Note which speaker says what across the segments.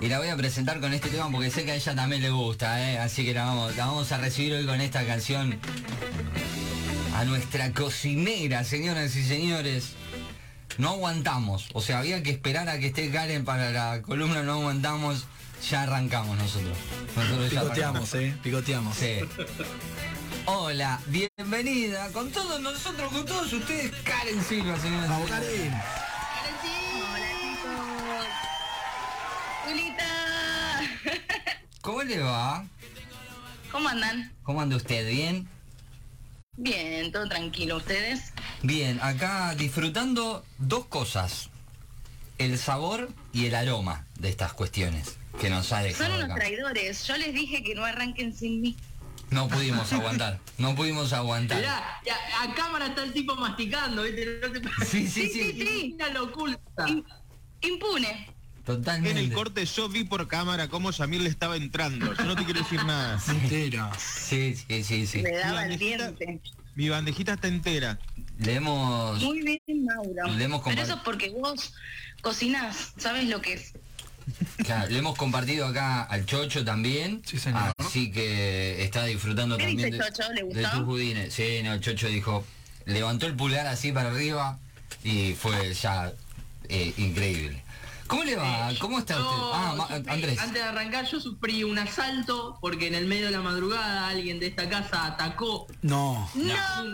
Speaker 1: Y la voy a presentar con este tema porque sé que a ella también le gusta, ¿eh? así que la vamos, la vamos a recibir hoy con esta canción a nuestra cocinera, señoras y señores. No aguantamos, o sea, había que esperar a que esté Karen para la columna, no aguantamos, ya arrancamos nosotros. Nosotros ya
Speaker 2: Picoteamos,
Speaker 1: arrancamos.
Speaker 2: eh, picoteamos.
Speaker 1: Sí. Hola, bienvenida con todos nosotros, con todos ustedes, Karen Silva, señoras y
Speaker 2: Vamos,
Speaker 1: señores.
Speaker 2: Karim.
Speaker 3: Hola chicos. Julita.
Speaker 1: ¿Cómo le va?
Speaker 3: ¿Cómo andan?
Speaker 1: ¿Cómo anda usted? ¿Bien?
Speaker 3: Bien, todo tranquilo. ¿Ustedes?
Speaker 1: Bien, acá disfrutando dos cosas. El sabor y el aroma de estas cuestiones que nos ha
Speaker 3: Son
Speaker 1: dejado
Speaker 3: unos
Speaker 1: acá.
Speaker 3: traidores. Yo les dije que no arranquen sin mí.
Speaker 1: No pudimos aguantar, no pudimos aguantar.
Speaker 4: Mirá, ya, a cámara está el tipo masticando, ¿viste? No te-
Speaker 1: Sí, sí,
Speaker 3: Sí,
Speaker 1: sí,
Speaker 3: sí, sí.
Speaker 4: Mira, lo oculta.
Speaker 3: In- impune.
Speaker 5: En
Speaker 1: totalmente.
Speaker 5: el corte yo vi por cámara cómo Yamil le estaba entrando. Yo no te quiero decir nada.
Speaker 2: Mentira.
Speaker 1: Sí, sí, sí, sí.
Speaker 3: Me daba el
Speaker 5: bandejita.
Speaker 3: diente.
Speaker 5: Mi bandejita está entera.
Speaker 1: Le hemos...
Speaker 3: Muy bien, Mauro.
Speaker 1: Le hemos
Speaker 3: Pero
Speaker 1: compart-
Speaker 3: eso es porque vos cocinás. ¿Sabes lo que es?
Speaker 1: Claro, le hemos compartido acá al Chocho también.
Speaker 2: Sí, señor.
Speaker 1: Así que está disfrutando
Speaker 3: ¿Qué
Speaker 1: también
Speaker 3: dice
Speaker 1: de,
Speaker 3: Chocho?
Speaker 1: de
Speaker 3: ¿Le gustó?
Speaker 1: tus budines. Sí, no, Chocho dijo, levantó el pulgar así para arriba y fue ya eh, increíble. ¿Cómo le va? ¿Cómo está usted?
Speaker 4: Eh, Yo
Speaker 1: Ah, ma-
Speaker 4: sufrí-
Speaker 1: Andrés.
Speaker 4: Antes de arrancar yo sufrí un asalto porque en el medio de la madrugada alguien de esta casa atacó
Speaker 2: No.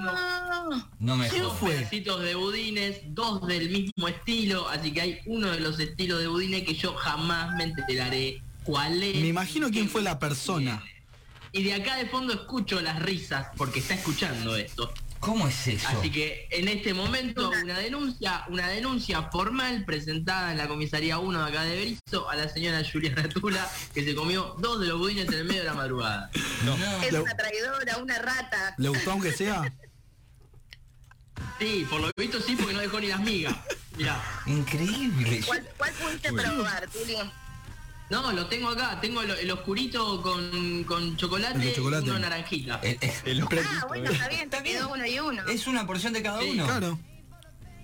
Speaker 3: No.
Speaker 1: No me
Speaker 4: dos
Speaker 1: jodas.
Speaker 2: fue?
Speaker 4: pedacitos de budines, dos del mismo estilo, así que hay uno de los estilos de budines que yo jamás me enteraré cuál es.
Speaker 2: Me imagino quién fue la persona.
Speaker 4: Y de acá de fondo escucho las risas porque está escuchando esto.
Speaker 1: ¿Cómo es eso?
Speaker 4: Así que en este momento una denuncia, una denuncia formal presentada en la comisaría 1 de acá de Berizo a la señora Juliana Tula que se comió dos de los budines en el medio de la madrugada.
Speaker 1: No.
Speaker 3: Es
Speaker 2: Le-
Speaker 3: una traidora, una rata.
Speaker 2: ¿Le gustó aunque sea?
Speaker 4: Sí, por lo visto sí porque no dejó ni las migas. Mirá.
Speaker 1: Increíble. Yo-
Speaker 3: ¿Cuál, cuál pudiste probar, Julio?
Speaker 4: No, lo tengo acá, tengo el, el oscurito con, con chocolate,
Speaker 2: El de chocolate.
Speaker 4: y uno naranjita.
Speaker 1: eh, eh,
Speaker 5: El hombre-
Speaker 3: Ah, bueno, está bien,
Speaker 1: Está
Speaker 3: te
Speaker 1: bien.
Speaker 3: quedó uno y uno.
Speaker 1: es una porción de cada
Speaker 4: Sí,
Speaker 1: uno.
Speaker 2: Claro.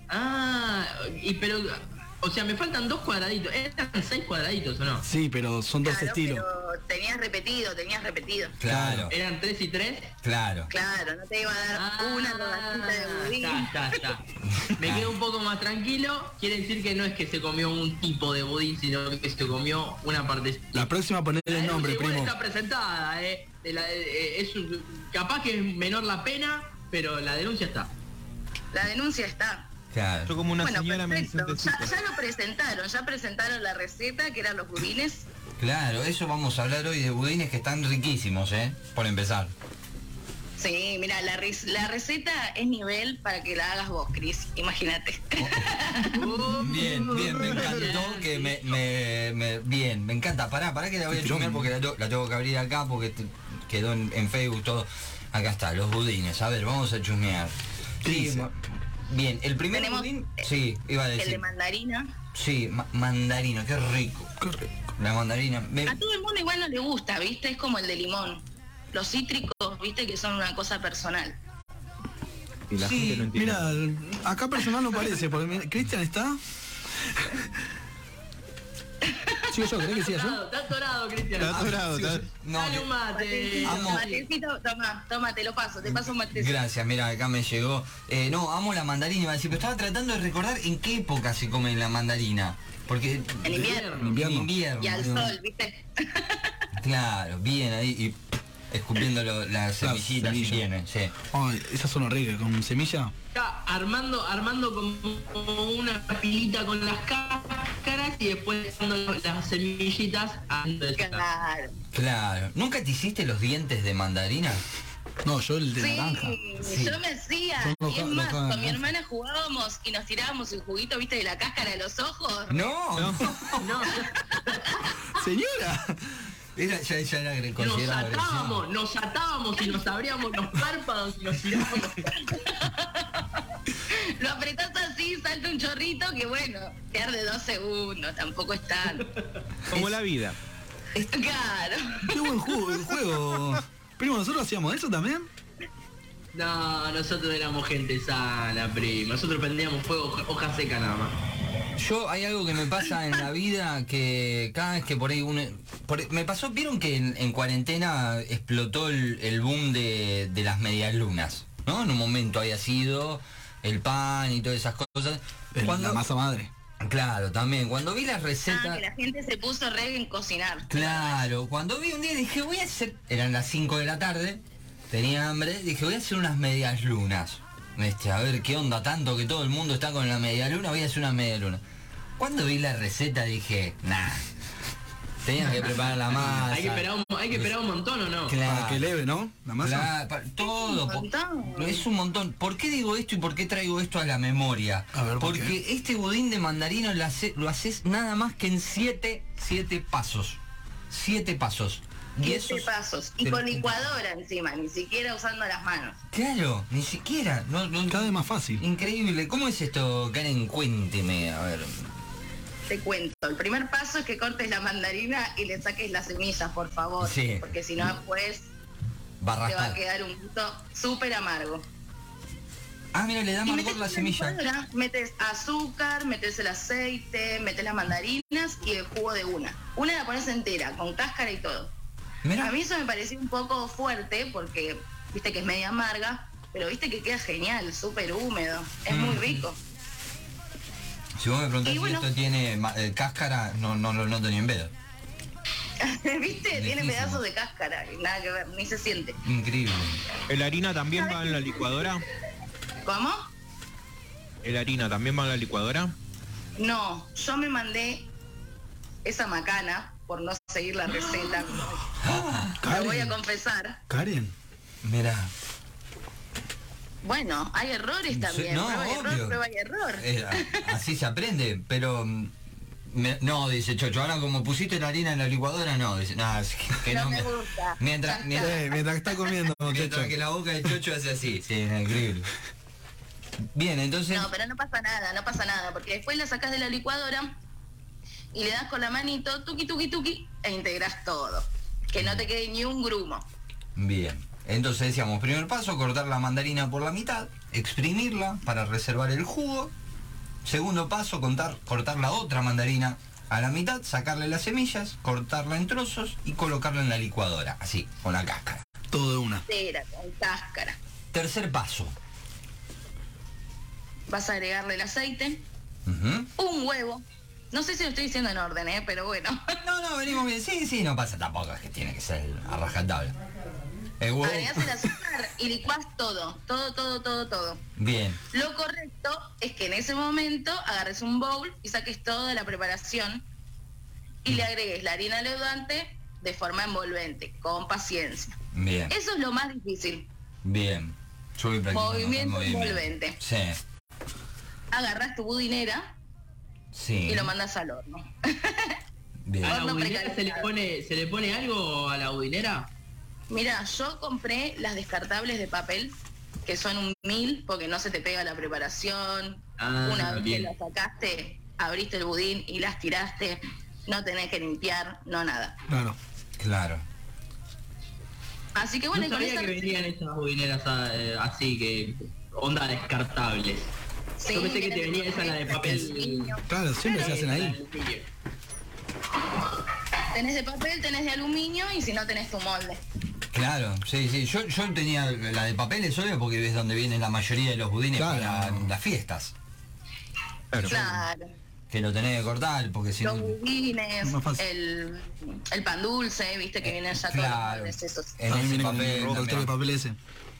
Speaker 4: Ah, y pero, o sea, me faltan dos cuadraditos, eran seis cuadraditos o no?
Speaker 2: Sí, pero son dos
Speaker 3: Claro,
Speaker 2: estilos.
Speaker 3: pero tenías repetido, tenías repetido.
Speaker 1: Claro,
Speaker 4: Eran tres y tres.
Speaker 1: claro.
Speaker 3: Claro, no te iba a dar
Speaker 4: Ah,
Speaker 3: una rodajita de budín.
Speaker 4: está, está, está. Me quedo un poco más tranquilo. Quiere decir que no es que se comió un tipo de budín, sino que se comió una parte.
Speaker 2: La próxima ponerle el nombre,
Speaker 4: denuncia igual
Speaker 2: primo.
Speaker 4: está presentada, eh. De la- eh, es un- capaz que es menor la pena, pero la denuncia está.
Speaker 3: La denuncia está.
Speaker 5: Yo
Speaker 1: claro.
Speaker 5: como una
Speaker 3: bueno,
Speaker 5: señora me
Speaker 3: perfecto.
Speaker 5: senté
Speaker 3: Ya, ya lo presentaron, ya presentaron la receta, que eran los budines.
Speaker 1: Claro, eso vamos a hablar hoy de budines que están riquísimos, ¿eh? Por empezar.
Speaker 3: Sí, mira, la, res- la receta es nivel para que la hagas vos, Cris. Imagínate.
Speaker 1: Bien, bien, me encantó que me, me- me- bien, me encanta. Pará, pará que la voy a chumear porque la, to- la tengo que abrir acá porque te- quedó en, en Facebook todo. Acá está, los budines. A ver, vamos a chusmear. Sí,
Speaker 2: Dice.
Speaker 1: ma- bien, el primer
Speaker 3: Tenemos,
Speaker 1: budín. Sí, iba a
Speaker 3: El de
Speaker 1: decir.
Speaker 3: mandarina.
Speaker 1: Sí, ma- mandarino, qué rico. Qué rico. La mandarina. me-
Speaker 3: A todo el mundo igual no le gusta, ¿viste? Es como el de limón. Los cítricos, ¿viste? Que son una cosa personal.
Speaker 5: Y la
Speaker 1: Sí,
Speaker 5: gente no entiende.
Speaker 2: Mira, acá personal no parece, porque mira, Cristian está. ¿Sigo yo? ¿Querés que siga yo? Ah,
Speaker 4: Está atorado, Cristian.
Speaker 5: Está atorado,
Speaker 4: Sí,
Speaker 5: está-
Speaker 4: sí.
Speaker 1: No,
Speaker 4: Dale un mate.
Speaker 1: Amo.
Speaker 3: Matecito, toma, toma, te lo paso, te paso un matecito.
Speaker 1: Gracias, mira, acá me llegó. Eh, no, amo la mandarina, iba a decir, pero estaba tratando de recordar en qué época se come la mandarina. Porque
Speaker 3: En invierno.
Speaker 1: En invierno.
Speaker 3: Y al
Speaker 1: digo.
Speaker 3: sol, ¿viste?
Speaker 1: Claro, bien ahí y escupiendo lo- las semillitas si
Speaker 2: semillas.
Speaker 1: tiene, sí.
Speaker 2: Ay, esas son horribles, con semilla.
Speaker 4: Está armando, armando como, como una pilita con las cáscaras y después dando las semillitas a
Speaker 3: Claro.
Speaker 1: Claro. ¿Nunca te hiciste los dientes de mandarina?
Speaker 2: No, yo el de
Speaker 3: Sí,
Speaker 2: naranja.
Speaker 3: yo me hacía.
Speaker 2: Son los
Speaker 3: Y es
Speaker 2: ca- los
Speaker 3: más,
Speaker 2: ca-
Speaker 3: con mi hermana jugábamos y nos tirábamos el juguito, viste, de la cáscara de los ojos.
Speaker 1: No,
Speaker 5: No.
Speaker 4: No,
Speaker 2: Señora,
Speaker 1: Era, ya, ya era agre-
Speaker 4: nos
Speaker 1: considerado agresivo.
Speaker 4: atábamos, nos atábamos y nos abríamos los párpados y nos tirábamos.
Speaker 3: Lo apretás así, salta un chorrito que bueno, te arde dos segundos, tampoco es tanto.
Speaker 5: Como la vida.
Speaker 3: Claro.
Speaker 2: qué buen juego, el juego. Primo, nosotros hacíamos eso también.
Speaker 4: No, nosotros éramos gente sana, primo. Nosotros prendíamos fuego, hoja, hoja seca nada más.
Speaker 1: Yo hay algo que me pasa en la vida que cada vez que por ahí uno... por- me pasó, vieron que en, en cuarentena explotó el, el boom de, de las medialunas, ¿no? En un momento había sido el pan y todas esas cosas.
Speaker 2: El-
Speaker 1: Cuando-
Speaker 2: La masa madre.
Speaker 1: claro, también. Cuando vi las
Speaker 3: Ah,
Speaker 1: recetas...
Speaker 3: que la gente se puso re en cocinar.
Speaker 1: Claro, cuando vi un día dije, voy a hacer... Eran las 5 de la tarde, tenía hambre, dije, voy a hacer unas medias lunas. Este, a ver qué onda, tanto que todo el mundo está con la media luna, voy a hacer unas media luna. Cuando vi la receta dije, nah, tenía que preparar la masa.
Speaker 4: Hay que, esperar un, hay que esperar un montón o no.
Speaker 1: Ah, Claro,
Speaker 2: Para que leve, ¿no? La masa.
Speaker 1: claro, para- todo. po-
Speaker 3: montón.
Speaker 1: Es un montón. ¿Por qué digo esto y por qué traigo esto a la memoria?
Speaker 2: A ver, ¿por
Speaker 1: Porque este budín de mandarino lo, hace- lo haces nada más que en 7 siete pasos. 7 pasos. Y
Speaker 3: Siete
Speaker 1: esos-
Speaker 3: pasos. Y
Speaker 1: te lo
Speaker 3: con
Speaker 1: cuento.
Speaker 3: licuadora encima, ni siquiera usando las manos.
Speaker 1: Claro, ni siquiera. No, no-
Speaker 2: Cada vez más fácil.
Speaker 1: Increíble. ¿Cómo es esto, Karen? Cuénteme, a ver.
Speaker 3: Te cuento. El primer paso es que cortes la mandarina y le saques las semillas, por favor.
Speaker 1: Sí.
Speaker 3: Porque si no, después te va a
Speaker 1: Barrastar.
Speaker 3: quedar un gusto súper amargo.
Speaker 1: Ah, mira, le da
Speaker 3: Y
Speaker 1: amargor
Speaker 3: metes
Speaker 1: la
Speaker 3: en
Speaker 1: semilla.
Speaker 3: licuadora, Metes azúcar, metes el aceite, metes las mandarinas y el jugo de una. Una la pones entera, con cáscara y todo. A
Speaker 1: Mira.
Speaker 3: mí eso me pareció un poco fuerte porque viste que es media amarga, pero viste que queda genial, súper húmedo, es muy
Speaker 1: Mm.
Speaker 3: rico.
Speaker 1: Si vos me preguntás
Speaker 3: Y
Speaker 1: si
Speaker 3: bueno.
Speaker 1: esto tiene ma- eh, cáscara, no, no, no, no tenía en pedo.
Speaker 3: viste, tiene
Speaker 1: Riquísimo.
Speaker 3: pedazos de cáscara, y nada que ver, ni se siente.
Speaker 1: Increíble.
Speaker 5: ¿El harina también va en la licuadora?
Speaker 3: ¿Cómo?
Speaker 5: ¿El harina también va en la licuadora?
Speaker 3: No, yo me mandé esa macana por no seguir la receta. Lo voy a
Speaker 2: Karen.
Speaker 3: confesar.
Speaker 2: Karen.
Speaker 1: Mira.
Speaker 3: Bueno, hay errores también.
Speaker 1: No,
Speaker 3: prueba y
Speaker 1: obvio.
Speaker 3: error, prueba y error.
Speaker 1: Eh, a- así se aprende, pero... mm, me- no, dice Chocho, ahora como pusiste la harina en la licuadora, no, dice, no, es que, que
Speaker 3: no,
Speaker 1: no
Speaker 3: me
Speaker 1: me-
Speaker 3: gusta.
Speaker 1: Mientras,
Speaker 3: Ya
Speaker 1: mientras,
Speaker 2: Eh, mientras está comiendo,
Speaker 1: mientras
Speaker 2: muchacho.
Speaker 1: que la boca de Chocho hace así. Sí, increíble. Bien, entonces...
Speaker 3: No, pero no pasa nada, no pasa nada, porque después la sacas de la licuadora y le das con la manito, tuqui, tuqui, tuqui, e integras todo. Que no te quede ni un grumo.
Speaker 1: Bien. Entonces decíamos, primer paso, cortar la mandarina por la mitad, exprimirla para reservar el jugo. Segundo paso, contar- cortar la otra mandarina a la mitad, sacarle las semillas, cortarla en trozos y colocarla en la licuadora, así, con la cáscara.
Speaker 2: Todo de una.
Speaker 3: Entera, con cáscara.
Speaker 1: Tercer paso.
Speaker 3: Vas a agregarle el aceite,
Speaker 1: Ujú.
Speaker 3: un huevo. No sé si lo estoy diciendo en orden, ¿eh? pero bueno.
Speaker 1: No, no, venimos bien. Sí, sí, no pasa tampoco, es que tiene que ser a rajatabla. Eh, El huevo.
Speaker 3: Agregás el azúcar y licuás todo, todo, todo, todo, todo.
Speaker 1: Bien.
Speaker 3: Lo correcto es que en ese momento agarres un bowl y saques toda la preparación y le agregues la harina leudante de forma envolvente, con paciencia.
Speaker 1: Bien.
Speaker 3: Eso es lo más difícil.
Speaker 1: Bien. Yo voy practicando el
Speaker 3: Movimiento
Speaker 1: movimiento.
Speaker 3: envolvente.
Speaker 1: Sí,
Speaker 3: Agarras tu budinera
Speaker 1: sí.
Speaker 3: y lo Ah. mandas al horno.
Speaker 1: Bien.
Speaker 4: ¿A la
Speaker 3: Horno
Speaker 4: budinera se le
Speaker 3: precalentada.
Speaker 4: pone, se le pone algo a la budinera?
Speaker 3: Mira, yo compré las descartables de papel, que son un mil, porque no se te pega la preparación.
Speaker 4: Ah,
Speaker 3: Una vez
Speaker 4: bien.
Speaker 3: que las sacaste, abriste el budín y las tiraste, no tenés que limpiar, no nada.
Speaker 2: Claro.
Speaker 1: Claro.
Speaker 3: Así que bueno, y
Speaker 4: no
Speaker 3: con
Speaker 4: sabía
Speaker 3: esa-
Speaker 4: que venían esas budineras ah, eh, así que onda descartables.
Speaker 3: Sí,
Speaker 4: Yo pensé que te
Speaker 3: vienen
Speaker 4: venía esa la de papel.
Speaker 2: Claro, siempre se hacen ahí.
Speaker 3: Tenés de papel, tenés de aluminio y si no tenés tu molde.
Speaker 1: Claro, sí, sí. Yo, yo tenía la de papeles, obvio, porque es donde vienen la mayoría de los budines
Speaker 2: Claro.
Speaker 1: para las fiestas.
Speaker 5: Claro.
Speaker 3: Claro.
Speaker 1: Que lo tenés que cortar, porque si no...
Speaker 3: Los budines,
Speaker 2: Más fácil.
Speaker 3: el, el pan dulce, viste que vienen ya
Speaker 1: Claro,
Speaker 3: todos los moldes esos.
Speaker 1: en
Speaker 2: También
Speaker 1: ese
Speaker 2: Ah, viene con
Speaker 1: papel.
Speaker 2: el
Speaker 1: también.
Speaker 2: doctor de papel ese.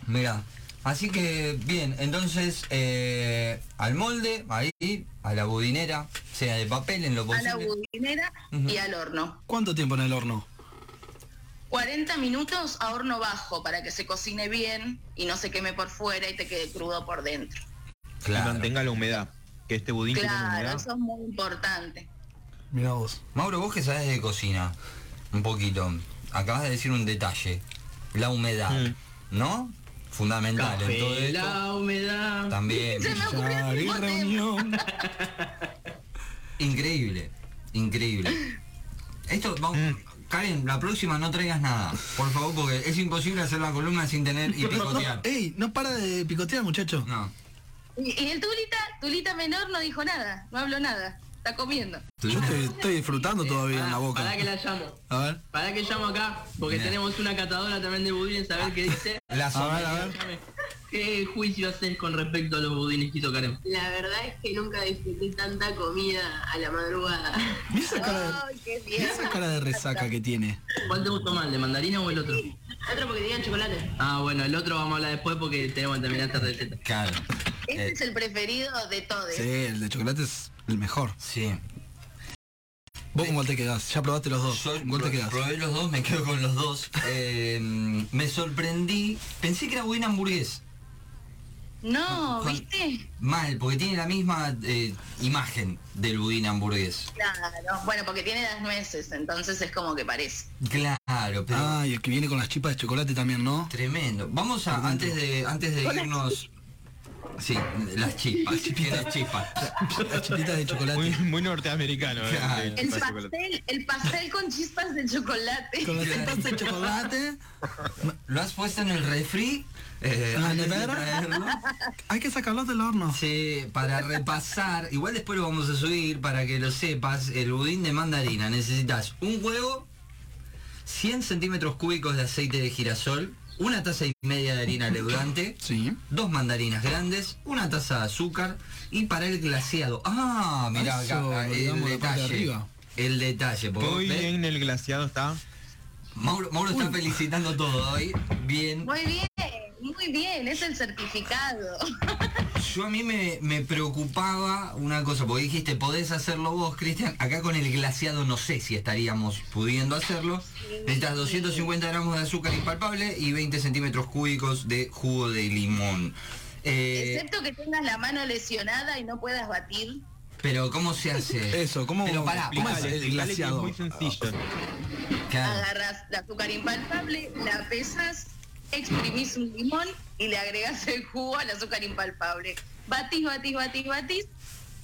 Speaker 1: Mira, así que bien, entonces eh, al molde, ahí, a la budinera, sea de papel en lo
Speaker 3: A la
Speaker 1: posible.
Speaker 3: budinera y al horno.
Speaker 2: ¿Cuánto tiempo en el horno?
Speaker 3: 40 minutos a horno bajo para que se cocine bien y no se queme por fuera y te quede crudo por dentro.
Speaker 5: Y
Speaker 1: claro.
Speaker 5: mantenga la humedad. Que este budín tiene
Speaker 3: Claro,
Speaker 5: humedad.
Speaker 3: eso es muy importante.
Speaker 2: Mira vos.
Speaker 1: Mauro, vos que sabés de cocina, un poquito, acabas de decir un detalle, la humedad,
Speaker 5: Mm.
Speaker 1: ¿no? Fundamental en todo
Speaker 4: Café,
Speaker 1: esto.
Speaker 4: la humedad.
Speaker 1: También.
Speaker 3: Se me ocurrió el
Speaker 2: Claro, y
Speaker 3: mismo tema.
Speaker 2: reunión.
Speaker 1: Increíble, increíble. Esto, vamos, Karen, la próxima no traigas nada, por favor, porque es imposible hacer la columna sin tener y picotear.
Speaker 2: Ey, no para de picotear, muchacho.
Speaker 1: No.
Speaker 3: Y, y el Tulita, Tulita menor no dijo nada, no habló nada. está comiendo.
Speaker 2: Yo estoy, estoy disfrutando todavía en la boca.
Speaker 4: Ah, Para que la llamo.
Speaker 2: A ver.
Speaker 4: Para que llamo acá, porque
Speaker 1: Bien.
Speaker 4: tenemos una catadora también de budines, a ver qué dice.
Speaker 1: La
Speaker 2: A ver,
Speaker 1: sombra.
Speaker 2: a ver.
Speaker 4: ¿Qué juicio haces con respecto a los budines que hizo Karen?
Speaker 6: La verdad es que nunca disfruté tanta comida a la madrugada.
Speaker 2: Mira esa cara
Speaker 3: Ay, qué
Speaker 2: de, mira
Speaker 3: bien.
Speaker 2: esa cara de resaca que tiene.
Speaker 4: ¿Cuál te gustó más, el de mandarina o el otro?
Speaker 6: Otro porque tenían chocolate.
Speaker 4: Ah, bueno, el otro vamos a hablar después porque tenemos que terminar esta receta.
Speaker 1: Claro.
Speaker 3: Este
Speaker 1: Eh,
Speaker 3: es el preferido de todos.
Speaker 2: Sí, el de chocolate es el mejor.
Speaker 1: sí.
Speaker 2: ¿Vos con cuál te quedás? Ya probaste los dos.
Speaker 1: Yo
Speaker 2: ¿Con cuál te
Speaker 1: pro-
Speaker 2: quedás?
Speaker 1: probé los dos, me quedo con los dos. Eh, me sorprendí. Pensé que era buena hamburgués.
Speaker 3: No,
Speaker 1: Con-
Speaker 3: ¿viste?
Speaker 1: Mal, porque tiene la misma eh, imagen del budín hamburgués.
Speaker 3: Claro. Bueno, porque tiene las nueces, entonces es como que parece.
Speaker 1: Claro, pero
Speaker 2: Ah, y el que viene con las chipas de chocolate también, ¿no?
Speaker 1: tremendo. Vamos a, antes de, antes de irnos. Sí, las chispas, tiene chispas.
Speaker 2: Las chipitas de
Speaker 5: Muy,
Speaker 2: chocolate.
Speaker 5: muy norteamericano. eh,
Speaker 1: Claro.
Speaker 5: el
Speaker 3: El
Speaker 5: chocolate.
Speaker 3: pastel, el pastel con chispas de chocolate.
Speaker 2: Con las chipas de chocolate.
Speaker 1: ¿Lo has puesto en el refri? Eh,
Speaker 2: ¿En la
Speaker 1: antes de
Speaker 2: nevera?
Speaker 1: traerlo.
Speaker 2: Hay que sacarlos del horno.
Speaker 1: Sí, para repasar, igual después lo vamos a subir para que lo sepas, el budín de mandarina necesitas un huevo, 100 centímetros cúbicos de aceite de girasol, una taza y media de harina leudante,
Speaker 2: Sí.
Speaker 1: dos mandarinas grandes, una taza de azúcar y para el glaseado. Ah, mira acá,
Speaker 2: Eso,
Speaker 1: ah, el
Speaker 2: digamos, la parte de
Speaker 1: detalle.
Speaker 2: arriba.
Speaker 1: El detalle, porque
Speaker 5: Muy
Speaker 1: ¿ves?
Speaker 5: bien el glaciado está.
Speaker 1: Mauro, Mauro está felicitando todo hoy. Bien.
Speaker 3: Muy bien, muy bien, es el certificado.
Speaker 1: Yo a mí me, me preocupaba una cosa, porque dijiste, podés hacerlo vos, Cristian. Acá con el glaseado no sé si estaríamos pudiendo hacerlo. Necesitas 250 gramos de azúcar impalpable y 20 centímetros cúbicos de jugo de limón. Eh,
Speaker 3: Excepto que tengas la mano lesionada y no puedas batir.
Speaker 1: pero ¿cómo se hace?
Speaker 2: Eso, ¿cómo,
Speaker 1: Pero pará,
Speaker 2: Ah, cómo
Speaker 1: pará,
Speaker 2: es el
Speaker 5: explicale que es
Speaker 2: glaciado? Ah,
Speaker 5: muy sencillo.
Speaker 1: Claro.
Speaker 3: Agarras la azúcar impalpable, la pesas, exprimís un limón y le agregas el jugo al azúcar impalpable. Batís, batís, batís, batís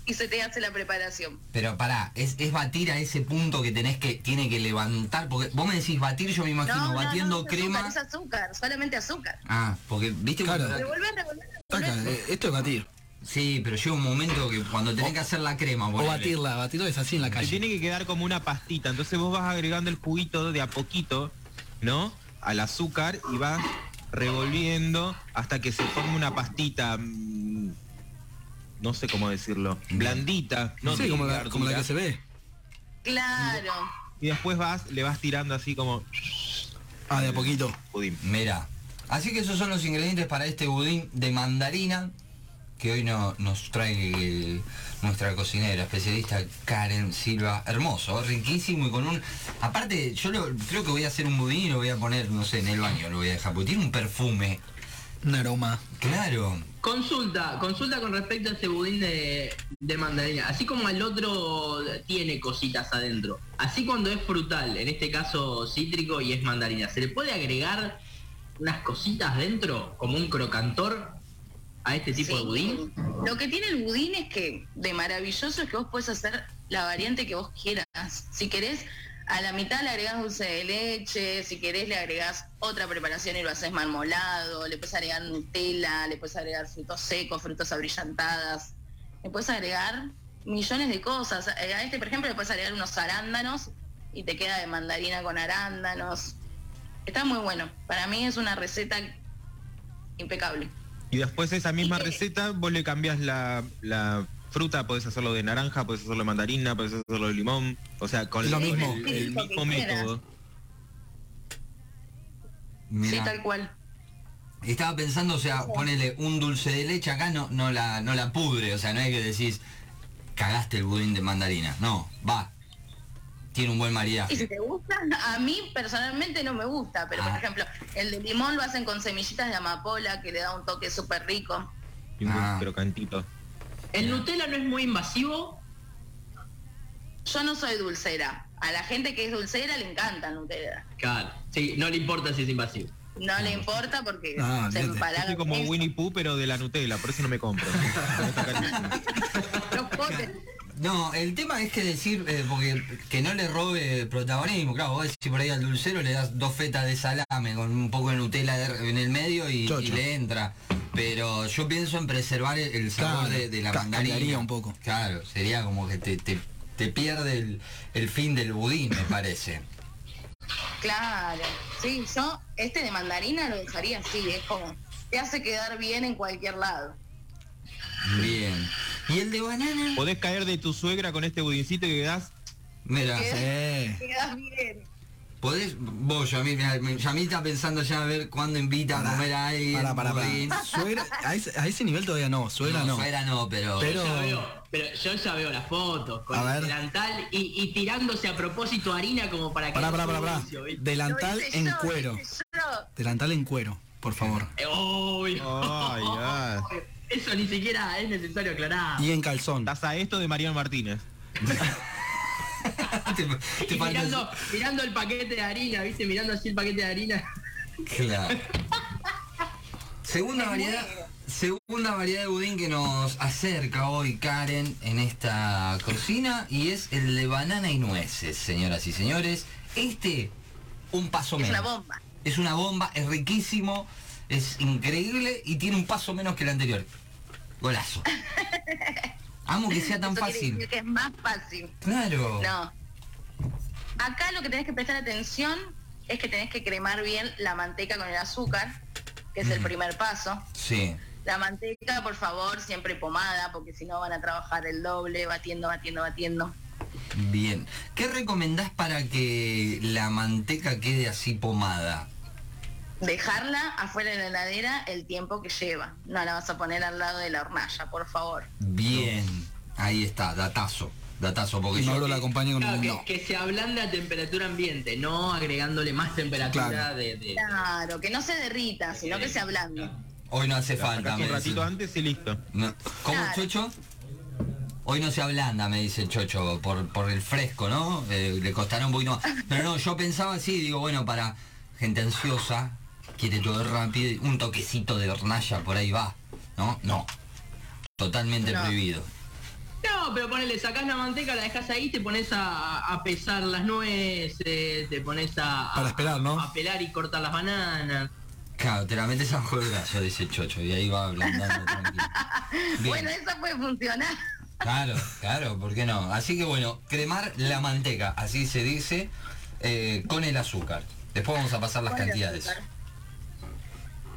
Speaker 3: y se te hace la preparación.
Speaker 1: Pero pará, es, es batir a ese punto que tenés que, tiene que levantar, porque vos me decís batir, yo me imagino batiendo
Speaker 3: es
Speaker 1: crema.
Speaker 3: azúcar, es azúcar, solamente azúcar.
Speaker 1: Ah, porque viste
Speaker 2: Claro.
Speaker 1: cuando-
Speaker 3: Revolver, revolver,
Speaker 2: Taca,
Speaker 3: revolver.
Speaker 2: eh, esto es batir.
Speaker 1: Sí, pero llega un momento que cuando tenés que hacer la crema,
Speaker 2: O
Speaker 1: ponele.
Speaker 2: batirla, batirla es así en la
Speaker 5: Te
Speaker 2: calle.
Speaker 5: tiene que quedar como una pastita. Entonces vos vas agregando el juguito de a poquito, ¿no? Al azúcar y vas revolviendo hasta que se forme una pastita. mm, No sé cómo decirlo. Blandita. No
Speaker 2: sí,
Speaker 5: tiene
Speaker 2: como la,
Speaker 5: dar
Speaker 2: como la
Speaker 5: dura.
Speaker 2: que se ve.
Speaker 3: Claro.
Speaker 5: Y después vas, le vas tirando así como
Speaker 2: Ah, de a poquito.
Speaker 5: pudín.
Speaker 1: Mira, así que esos son los ingredientes para este budín de mandarina que hoy no- nos trae el- nuestra cocinera especialista Karen Silva. Hermoso, riquísimo y con un... Aparte, yo lo- creo que voy a hacer un budín y lo voy a poner, no sé, en el baño, lo voy a dejar, porque tiene un perfume.
Speaker 2: Un aroma.
Speaker 1: Claro.
Speaker 4: Consulta, consulta con respecto a este budín de, de mandarina. Así como al otro tiene cositas adentro, así cuando es frutal, en este caso cítrico y es mandarina, ¿se le puede agregar unas cositas dentro, como un crocantor, a este tipo
Speaker 3: Sí.
Speaker 4: de budín?
Speaker 3: Lo que tiene el budín es que de maravilloso es que vos puedes hacer la variante que vos quieras. Si querés, a la mitad le agregás dulce de leche, si querés le agregás otra preparación y lo haces marmolado, le puedes agregar Nutella, le puedes agregar frutos secos, frutas abrillantadas, le puedes agregar millones de cosas. Eh, A este, por ejemplo, le puedes agregar unos arándanos y te queda de mandarina con arándanos. Está muy bueno. Para mí es una receta impecable.
Speaker 5: Y después esa misma
Speaker 3: ¿Y qué?
Speaker 5: receta, vos le cambias la, la fruta, podés hacerlo de naranja, podés hacerlo de mandarina, podés hacerlo de limón. O sea, con,
Speaker 2: Lo
Speaker 5: con
Speaker 2: mismo.
Speaker 5: el,
Speaker 3: Sí,
Speaker 5: el
Speaker 3: lo
Speaker 5: mismo
Speaker 3: que quieras.
Speaker 5: método.
Speaker 1: Mirá.
Speaker 3: Sí, tal cual.
Speaker 1: Estaba pensando, o sea, ponele un dulce de leche acá, no, no, la, no la pudre, o sea, no hay que decís, cagaste el budín de mandarina. No, va. Tiene un buen
Speaker 3: Y
Speaker 1: maridaje.
Speaker 3: si te gusta, a mí personalmente no me gusta, pero por
Speaker 1: Ah.
Speaker 3: ejemplo, el de limón lo hacen con semillitas de amapola que le da un toque súper rico.
Speaker 5: Y muy
Speaker 1: Ah.
Speaker 5: crocantito.
Speaker 4: ¿El Nutella no es muy invasivo?
Speaker 3: Yo no soy dulcera. A la gente que es dulcera le encanta Nutella.
Speaker 4: Claro, sí, no le importa si es invasivo.
Speaker 3: No le importa porque
Speaker 2: Ah,
Speaker 3: se
Speaker 2: olvídate.
Speaker 5: Yo
Speaker 3: empalaga.
Speaker 5: soy Este como
Speaker 3: con eso.
Speaker 5: Winnie Pooh, pero de la Nutella, por eso no me compro.
Speaker 3: Los potes.
Speaker 1: No, el tema es que decir, eh, porque que no le robe protagonismo, claro, vos si por ahí al dulcero le das dos fetas de salame con un poco de Nutella de- en el medio y, y
Speaker 2: Chocho.
Speaker 1: le entra. Pero yo pienso en preservar el- el sabor
Speaker 2: Claro,
Speaker 1: de, de la
Speaker 2: ca-
Speaker 1: mandarina.
Speaker 2: cambiaría un poco.
Speaker 1: Claro, sería como que te, te- te pierde el, el fin del budín, me parece.
Speaker 3: Claro, sí, yo este de mandarina lo dejaría así, es como, te hace quedar bien en cualquier lado.
Speaker 1: Bien. ¿Y el de banana?
Speaker 5: Podés caer de tu suegra con este budincito que das.
Speaker 1: Mira,
Speaker 3: ¿Qué?
Speaker 2: Eh,
Speaker 3: Quedas bien.
Speaker 1: podés, vos, Yamil, mirá, Yamil está pensando ya a ver cuándo invita a comer a alguien.
Speaker 2: para, para, para.
Speaker 1: budín.
Speaker 2: Suegra, a, ese, a ese nivel todavía no, suegra
Speaker 1: no,
Speaker 2: no.
Speaker 1: suegra no, pero...
Speaker 2: Pero-
Speaker 4: Yo ya veo, pero yo ya veo las fotos con
Speaker 2: A
Speaker 4: el
Speaker 2: ver.
Speaker 4: delantal y, y tirándose a propósito harina como para que
Speaker 2: Pará,
Speaker 4: no
Speaker 2: pará,
Speaker 4: sea
Speaker 2: pará,
Speaker 4: un
Speaker 2: pará.
Speaker 4: vicio, ¿viste?
Speaker 2: Delantal
Speaker 3: Lo hice
Speaker 2: en
Speaker 3: yo, lo
Speaker 2: cuero.
Speaker 3: hice yo.
Speaker 2: Delantal en cuero, por favor.
Speaker 4: Eh, uy.
Speaker 5: Ay, ay.
Speaker 4: Eso ni siquiera es necesario
Speaker 1: Ah.
Speaker 4: aclarar.
Speaker 2: Y en calzón.
Speaker 5: Estás a esto de Mariano Martínez.
Speaker 1: te, te
Speaker 4: Y
Speaker 1: falta-
Speaker 4: mirando, mirando el paquete de harina, viste, mirando así el paquete de harina.
Speaker 1: Claro. Segunda variedad, segunda variedad de budín que nos acerca hoy Karen en esta cocina y es el de banana y nueces, señoras y señores. Este, un paso
Speaker 3: Es
Speaker 1: menos.
Speaker 3: una bomba.
Speaker 1: Es una bomba, es riquísimo, es increíble y tiene un paso menos que el anterior. Golazo. Amo que sea tan
Speaker 3: Eso quiere
Speaker 1: fácil.
Speaker 3: decir que es más fácil.
Speaker 1: Claro.
Speaker 3: No. Acá lo que tenés que prestar atención es que tenés que cremar bien la manteca con el azúcar, que es el primer paso.
Speaker 1: Sí.
Speaker 3: La manteca, por favor, siempre pomada, porque si no van a trabajar el doble, batiendo, batiendo, batiendo.
Speaker 1: Bien. ¿Qué recomendás para que la manteca quede así pomada?
Speaker 3: Dejarla afuera de la heladera el tiempo que lleva. No la vas a poner al lado de la hornalla, por favor.
Speaker 1: Bien, ahí está, datazo, datazo, porque
Speaker 2: No
Speaker 1: yo
Speaker 2: lo la acompañe con
Speaker 4: Claro,
Speaker 2: un
Speaker 4: que,
Speaker 2: no.
Speaker 4: que se ablanda a temperatura ambiente, no agregándole más temperatura
Speaker 2: Claro.
Speaker 4: de, de-
Speaker 3: Claro, que no se derrita, sino que se ablande.
Speaker 1: hoy no hace falta.
Speaker 5: Sacás
Speaker 1: Me
Speaker 5: un
Speaker 1: dice.
Speaker 5: ratito antes y listo.
Speaker 1: No. ¿Cómo,
Speaker 3: Claro.
Speaker 1: Chocho? Hoy no se ablanda, me dice Chocho, por, por el fresco, ¿no? Eh, le costará un poquito más. Pero no, yo pensaba así, digo, bueno, para gente ansiosa, quiere todo rápido, un toquecito de hornalla por ahí va, ¿no? No, totalmente
Speaker 3: No.
Speaker 1: prohibido.
Speaker 4: No, pero ponele, sacás la manteca, la dejas ahí, te pones a, a pesar las nueces, te pones a, a-
Speaker 2: Para esperar, ¿no?
Speaker 4: a pelar y cortar las bananas.
Speaker 1: Claro, te la metes a el brazo, dice Chocho, y ahí va ablandando tranquilo. Bien.
Speaker 3: Bueno, eso puede funcionar.
Speaker 1: Claro, claro, ¿por qué no? Así que bueno, cremar la manteca, así se dice, eh, con el azúcar. Después vamos a pasar las
Speaker 3: Con el
Speaker 1: cantidades.
Speaker 3: azúcar.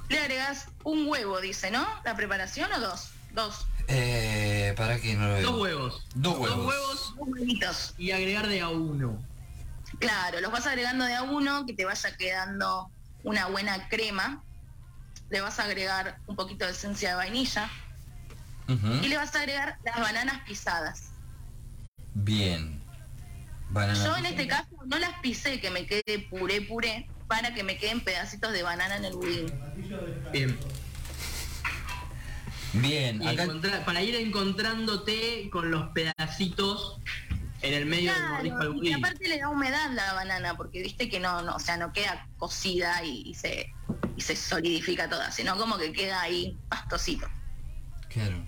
Speaker 3: Le agregas un huevo, dice, ¿no? ¿La preparación o dos? Dos.
Speaker 1: Eh, para que no lo veo.
Speaker 4: Dos huevos.
Speaker 1: Dos huevos.
Speaker 4: Dos huevos
Speaker 3: Dos huevitos.
Speaker 4: y agregar de a uno.
Speaker 3: Claro, los vas agregando de a uno, que te vaya quedando una buena crema. Le vas a agregar un poquito de esencia de vainilla.
Speaker 1: Ujú.
Speaker 3: Y le vas a agregar las bananas pisadas.
Speaker 1: Bien. Banana.
Speaker 3: Yo en este caso no las pisé, que me quede puré puré, para que me queden pedacitos de banana en el budín.
Speaker 4: Bien.
Speaker 1: Bien,
Speaker 4: Y
Speaker 1: acá
Speaker 4: encontrar- para ir encontrándote con los pedacitos en el medio del mordisco al
Speaker 3: Claro, y
Speaker 4: budín.
Speaker 3: aparte le da humedad la banana, porque viste que no, no o sea, no queda cocida y, y se, y se solidifica toda, sino como que queda ahí pastosito.
Speaker 1: claro.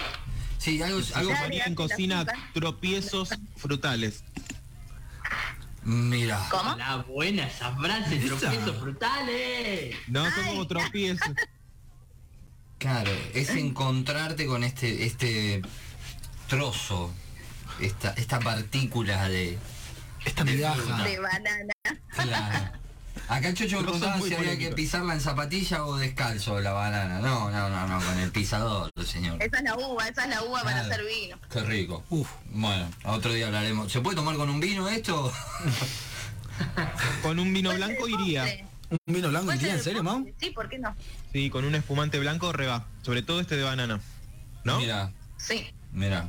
Speaker 1: Sí, algo, algo
Speaker 5: Algo
Speaker 3: Dale,
Speaker 5: ponía en
Speaker 3: dale,
Speaker 5: cocina
Speaker 3: la azúcar.
Speaker 5: tropiezos frutales.
Speaker 1: Mira.
Speaker 3: ¿Cómo?
Speaker 4: La buena esa frase, eh. tropiezos frutales.
Speaker 5: No, son
Speaker 3: Ay.
Speaker 5: como tropiezos.
Speaker 1: Claro, es
Speaker 3: ¿Eh?
Speaker 1: encontrarte con este este trozo, esta esta partícula de
Speaker 2: Esta migaja.
Speaker 3: De banana.
Speaker 1: Claro. Acá Chocho me
Speaker 5: Pero son
Speaker 1: contaba
Speaker 5: muy
Speaker 1: si había que
Speaker 5: polémicos.
Speaker 1: pisarla en zapatilla o descalzo la banana. No, no, no, no, con el pisador, señor.
Speaker 3: Esa es la uva, esa es la uva para
Speaker 1: Claro.
Speaker 3: hacer vino.
Speaker 1: Qué rico.
Speaker 2: Uf.
Speaker 1: Bueno, otro día hablaremos. ¿Se puede tomar con un vino esto?
Speaker 5: Con un vino
Speaker 3: Puede
Speaker 5: blanco
Speaker 3: ser
Speaker 5: iría.
Speaker 3: postre,
Speaker 2: ¿Un vino blanco
Speaker 3: puede
Speaker 2: iría?
Speaker 3: ser
Speaker 2: ¿En serio, Mau?
Speaker 3: postre, Sí, ¿por qué no?
Speaker 5: Sí, con un espumante blanco reba. Sobre todo este de banana. ¿No?
Speaker 1: Mira,
Speaker 3: Sí.
Speaker 1: mira.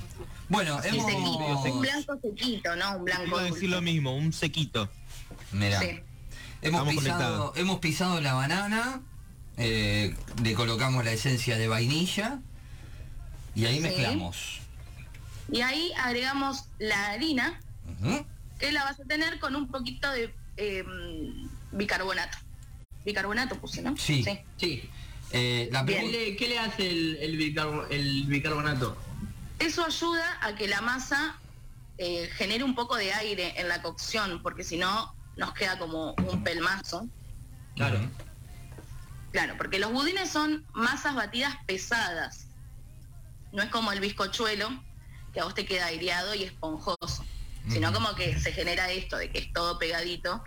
Speaker 1: Bueno,
Speaker 3: Y sequito, un
Speaker 1: hemos...
Speaker 3: blanco sequito, ¿no? Un blanco.
Speaker 5: Iba a decir
Speaker 3: dulce.
Speaker 5: lo mismo, un sequito.
Speaker 1: Mira.
Speaker 3: Sí.
Speaker 1: Hemos
Speaker 5: Estamos
Speaker 1: pisado,
Speaker 5: conectados.
Speaker 1: hemos pisado la banana, eh, le colocamos la esencia de vainilla y ahí
Speaker 3: Sí.
Speaker 1: mezclamos.
Speaker 3: Y ahí agregamos la harina,
Speaker 1: Ujú.
Speaker 3: que la vas a tener con un poquito de eh, bicarbonato. Bicarbonato puse, ¿no?
Speaker 1: Sí.
Speaker 4: Sí.
Speaker 1: Eh, la
Speaker 4: ¿Qué
Speaker 1: pregunta-
Speaker 4: le, qué le hace el, el bicarbo- el bicarbonato?
Speaker 3: Eso ayuda a que la masa eh, genere un poco de aire en la cocción, porque si no nos queda como un pelmazo.
Speaker 4: Claro.
Speaker 1: Ujú.
Speaker 3: Claro, porque los budines son masas batidas pesadas. No es como el bizcochuelo, que a vos te queda aireado y esponjoso. Sino
Speaker 1: Ujú.
Speaker 3: como que se genera esto, de que es todo pegadito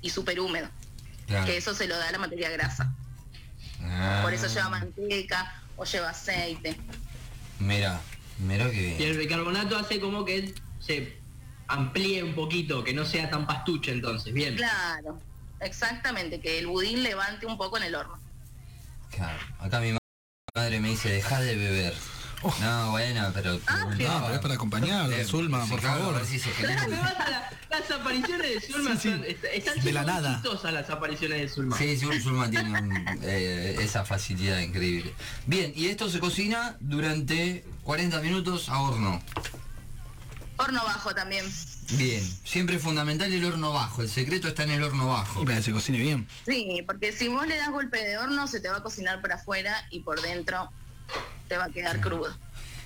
Speaker 3: y súper húmedo.
Speaker 1: Claro.
Speaker 3: Que eso se lo da la materia grasa.
Speaker 1: Ah,
Speaker 3: Por eso lleva manteca o lleva aceite.
Speaker 1: Ah, Mira, mira que
Speaker 2: Eh.
Speaker 4: Y el bicarbonato hace como que se amplíe un poquito, que no sea tan pastuche entonces, bien.
Speaker 3: Claro, exactamente, que el budín levante un poco en el horno.
Speaker 1: Claro, acá mi ma- madre me dice, deja de beber. No, bueno, pero...
Speaker 3: Ah,
Speaker 1: no, eh,
Speaker 3: pero-
Speaker 2: pero es para acompañar, Zulma,
Speaker 1: sí,
Speaker 2: por
Speaker 1: claro,
Speaker 2: favor.
Speaker 1: a ver si se genera-
Speaker 4: Claro, basta, la- las apariciones de Zulma
Speaker 2: Sí, sí.
Speaker 4: son- est- están
Speaker 2: De
Speaker 4: siendo
Speaker 2: la
Speaker 4: muy
Speaker 2: nada.
Speaker 4: chistosas las apariciones de Zulma.
Speaker 1: Sí, sí, un Zulma tiene un, eh, esa facilidad increíble. Bien, y esto se cocina durante 40 minutos a horno.
Speaker 3: Horno bajo también.
Speaker 1: Bien, siempre es fundamental el horno bajo, el secreto está en el horno bajo.
Speaker 2: Y para que se cocine bien.
Speaker 3: Sí, porque si vos le das golpe de horno se te va a cocinar por afuera y por dentro te va a quedar crudo.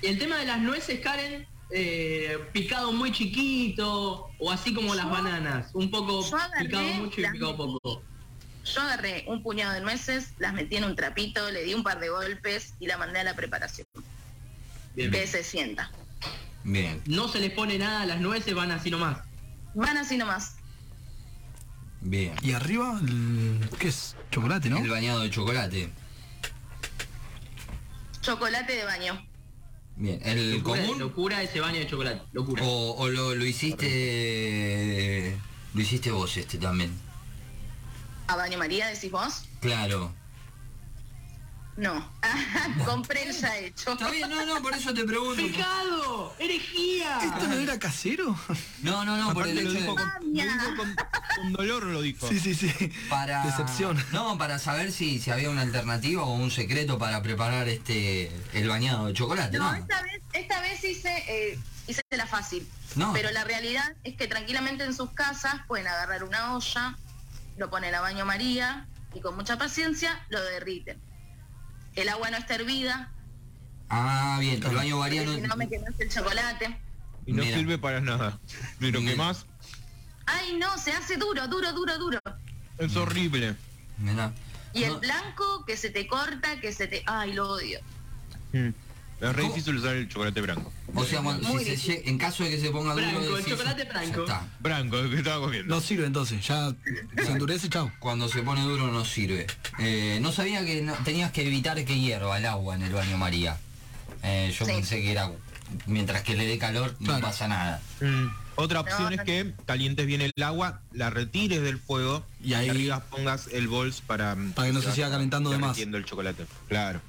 Speaker 4: Y el tema de las nueces, Karen, eh, picado muy chiquito, o así como las bananas, un poco
Speaker 3: yo agarré
Speaker 4: picado mucho y
Speaker 3: las
Speaker 4: picado poco.
Speaker 3: Yo agarré un puñado de nueces, las metí en un trapito, le di un par de golpes y la mandé a la preparación.
Speaker 4: Bien.
Speaker 3: Que se sienta.
Speaker 1: Bien,
Speaker 4: No se les pone nada a las nueces, van así nomás.
Speaker 3: Van así nomás.
Speaker 1: bien.
Speaker 2: Y arriba, el- ¿qué es? Chocolate, ¿no?
Speaker 1: El bañado de chocolate.
Speaker 3: Chocolate de baño.
Speaker 1: Bien, el
Speaker 4: Locura,
Speaker 1: común
Speaker 4: locura ese baño de chocolate, locura.
Speaker 1: o, o lo, lo hiciste lo hiciste vos este también.
Speaker 3: ¿A baño María decís vos?
Speaker 1: Claro.
Speaker 3: No. Compré el ya hecho.
Speaker 1: Está bien, no, no, por eso te pregunto.
Speaker 4: ¡Pecado! ¡Herejía!
Speaker 2: ¿Esto no era casero?
Speaker 1: Ah. No, no, no, por
Speaker 5: Aparte
Speaker 1: el
Speaker 5: lo
Speaker 1: hecho
Speaker 5: dijo,
Speaker 1: de,
Speaker 5: con, lo dijo con- con dolor, lo dijo.
Speaker 2: Sí, sí, sí.
Speaker 1: para
Speaker 2: Decepción.
Speaker 1: No, para saber si, si había una alternativa o un secreto para preparar este el bañado de chocolate,
Speaker 3: No,
Speaker 1: ¿no?
Speaker 3: esta vez, esta vez hice, eh, hice la fácil.
Speaker 1: No.
Speaker 3: Pero la realidad es que tranquilamente en sus casas pueden agarrar una olla, lo ponen a baño María y con mucha paciencia lo derriten. El agua no está hervida,
Speaker 1: Ah, bien, el baño
Speaker 3: porque
Speaker 1: variano.
Speaker 3: si no me quemas el chocolate.
Speaker 5: Y no
Speaker 1: Mira.
Speaker 5: sirve para nada. Pero
Speaker 1: Mira.
Speaker 5: que más,
Speaker 3: Ay, no, se hace duro, duro, duro, duro.
Speaker 5: es horrible.
Speaker 1: Mirá.
Speaker 3: Y el
Speaker 1: No,
Speaker 3: blanco que se te corta, que se te... Ay, lo odio.
Speaker 5: Mm. Es re
Speaker 1: ¿Cómo?
Speaker 5: difícil usar el chocolate blanco.
Speaker 1: O sea, cuando- si
Speaker 3: Muy
Speaker 1: se
Speaker 3: difícil.
Speaker 1: lle- en caso de que se ponga
Speaker 4: Franco,
Speaker 1: duro...
Speaker 4: el
Speaker 1: decís,
Speaker 4: chocolate
Speaker 1: ya
Speaker 4: franco.
Speaker 1: está.
Speaker 5: Blanco, es que estaba comiendo.
Speaker 2: No sirve entonces, ya se endurece, chao.
Speaker 1: Cuando se pone duro no sirve. Eh, no sabía que no- tenías que evitar que hierva el agua en el baño María. Eh, yo
Speaker 3: Sí.
Speaker 1: pensé que era... Mientras que le dé calor no
Speaker 2: Claro.
Speaker 1: pasa nada.
Speaker 5: Mm. Otra
Speaker 3: No,
Speaker 5: opción
Speaker 3: no.
Speaker 5: es que calientes bien el agua, la retires del fuego
Speaker 2: Y ahí-
Speaker 5: arriba pongas el bols para mm,
Speaker 2: Para que no se siga calentando de más.
Speaker 5: derritiendo el chocolate. Claro.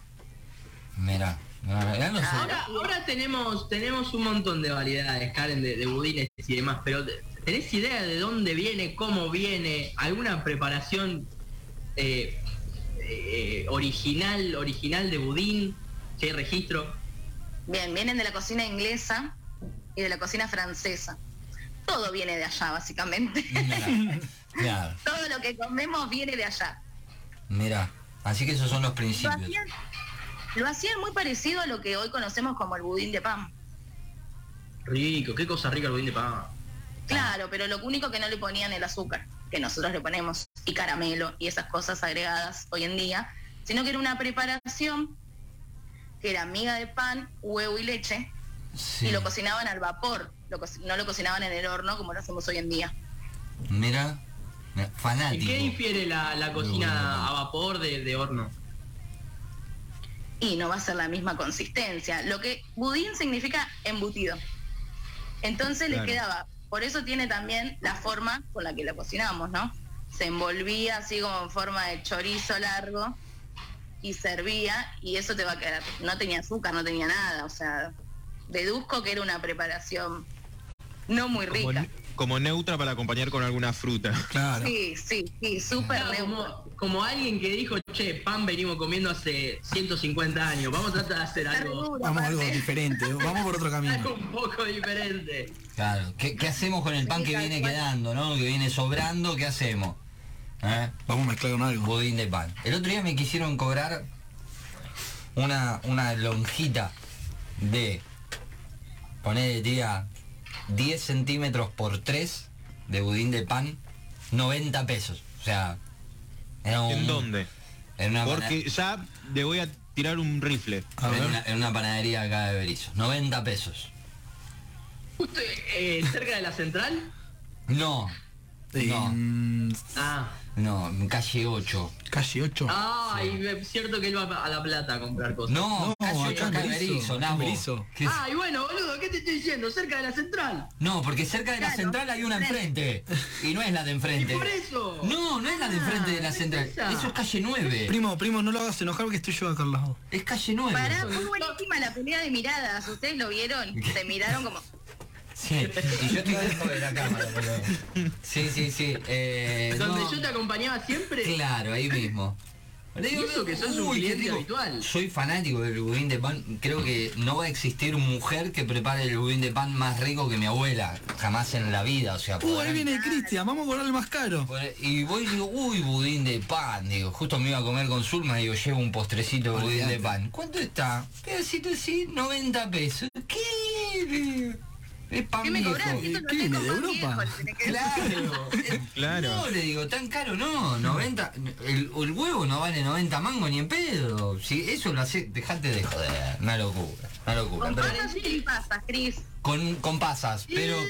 Speaker 1: Mira, no sé.
Speaker 4: Ahora, ahora tenemos, tenemos un montón de variedades, Karen, de, de budines y demás, pero te- ¿tenés idea de dónde viene, cómo viene, alguna preparación eh, eh, original, original de budín? Si hay registro.
Speaker 3: Bien, vienen de la cocina inglesa y de la cocina francesa. Todo viene de allá, básicamente.
Speaker 1: Mira, mira,
Speaker 3: Todo lo que comemos viene de allá.
Speaker 1: mira. Así que esos son los
Speaker 3: Lo
Speaker 1: principios.
Speaker 3: hacían, lo hacían muy parecido a lo que hoy conocemos como el budín de pan.
Speaker 4: Rico, qué cosa rica el budín de pan.
Speaker 3: Claro, pero lo único que no le ponían el azúcar, que nosotros le ponemos, y caramelo y esas cosas agregadas hoy en día, sino que era una preparación que era miga de pan, huevo y leche,
Speaker 1: Sí.
Speaker 3: y lo cocinaban al vapor, lo co- no lo cocinaban en el horno como lo hacemos hoy en día.
Speaker 1: Mira, mira,
Speaker 4: ¿Y qué
Speaker 1: fanático.
Speaker 4: difiere la, la cocina a vapor de, de horno?
Speaker 3: y no va a ser la misma consistencia. Lo que budín significa embutido. Entonces
Speaker 5: Claro.
Speaker 3: le quedaba, por eso tiene también la forma con la que lo cocinamos, ¿no? Se envolvía así como en forma de chorizo largo y servía y eso te va a quedar. No tenía azúcar, no tenía nada, o sea, deduzco que era una preparación no muy
Speaker 5: Como,
Speaker 3: rica.
Speaker 5: ne- como neutra para acompañar con alguna fruta.
Speaker 2: Claro.
Speaker 3: Sí, sí, sí, súper
Speaker 4: Claro,
Speaker 3: neutro.
Speaker 4: como, como alguien que dijo, che, pan venimos comiendo hace 150 años, vamos a tratar de hacer
Speaker 3: Está re
Speaker 4: algo,
Speaker 3: duro,
Speaker 2: Vamos a algo
Speaker 3: aparte.
Speaker 2: diferente, vamos por otro
Speaker 4: algo
Speaker 2: camino.
Speaker 4: un poco diferente.
Speaker 1: Claro. ¿Qué, qué hacemos con el pan que viene quedando, no? Que viene sobrando, ¿qué hacemos? ¿Eh?
Speaker 2: Vamos a mezclar con algo.
Speaker 1: Budín de pan. El otro día me quisieron cobrar una, una lonjita de, poner tía, 10 centímetros por 3 de budín de pan, 90 pesos. O sea, era un-
Speaker 5: ¿En dónde?
Speaker 1: En una, pana-
Speaker 5: Porque ya le voy a tirar un rifle.
Speaker 2: A
Speaker 1: en
Speaker 2: ver.
Speaker 1: una- en una panadería acá de Berizo. 90 pesos.
Speaker 4: Justo eh, cerca de la central.
Speaker 1: No,
Speaker 2: En
Speaker 4: Ah.
Speaker 1: no, en calle 8.
Speaker 2: calle 8.
Speaker 4: Ay, me- cierto que él va a la plata a comprar cosas.
Speaker 1: No,
Speaker 2: No,
Speaker 1: calle
Speaker 2: acá
Speaker 1: 8
Speaker 2: en
Speaker 1: acá en
Speaker 2: Berizo,
Speaker 1: Berizo,
Speaker 2: en
Speaker 1: Nabo.
Speaker 2: Berizo.
Speaker 1: ¿Qué-
Speaker 4: Ay, bueno, boludo, ¿qué te estoy diciendo? Cerca de la central.
Speaker 1: No, porque cerca de la
Speaker 3: Claro,
Speaker 1: central hay una enfrente. Y no es la de
Speaker 4: Y
Speaker 1: enfrente.
Speaker 4: por eso.
Speaker 1: No, no es la de enfrente de la
Speaker 4: Ah,
Speaker 1: central.
Speaker 4: es esa.
Speaker 1: Eso es calle 9.
Speaker 2: Primo, primo, no lo hagas enojar porque estoy yo acá al lado.
Speaker 1: Es calle 9.
Speaker 3: Pará, fue buenísima la pelea de miradas. ¿Ustedes lo vieron? Se miraron como...
Speaker 1: Sí, y yo estoy lejos de la cámara, pero- Sí, sí, sí. eh,
Speaker 4: Donde
Speaker 1: no,
Speaker 4: yo te acompañaba siempre.
Speaker 1: Claro, ahí mismo. Le
Speaker 4: Y eso que sos un
Speaker 1: qué
Speaker 4: cliente
Speaker 1: rico.
Speaker 4: habitual.
Speaker 1: Soy fanático del budín de pan. Creo que no va a existir mujer que prepare el budín de pan más rico que mi abuela. Jamás en la vida, o sea.
Speaker 2: Uh, ahí
Speaker 1: podrán-
Speaker 2: viene Cristian, vamos a cobrarle más caro.
Speaker 1: Por- Y voy y digo, uy, budín de pan, digo, justo me iba a comer con Zulma, digo, llevo un postrecito de budín de pan. ¿Cuánto está? Pedacito así, 90 pesos. ¿Qué? digo? Es pan
Speaker 3: ¿Qué me
Speaker 1: viejo.
Speaker 3: cobras? Esto
Speaker 2: ¿Qué
Speaker 3: lo
Speaker 2: viene
Speaker 3: tengo
Speaker 2: de
Speaker 3: más
Speaker 2: Europa?
Speaker 3: viejo, le tenés que decir.
Speaker 1: Claro,
Speaker 5: Claro.
Speaker 1: No, le digo, tan caro no, 90, el, el huevo no vale 90 mango ni en pedo. Si eso lo hace, dejate de joder, una locura, una locura.
Speaker 3: Con
Speaker 1: Pero-
Speaker 3: pasas y sin pasas, Cris.
Speaker 1: con, con pasas, pero eh,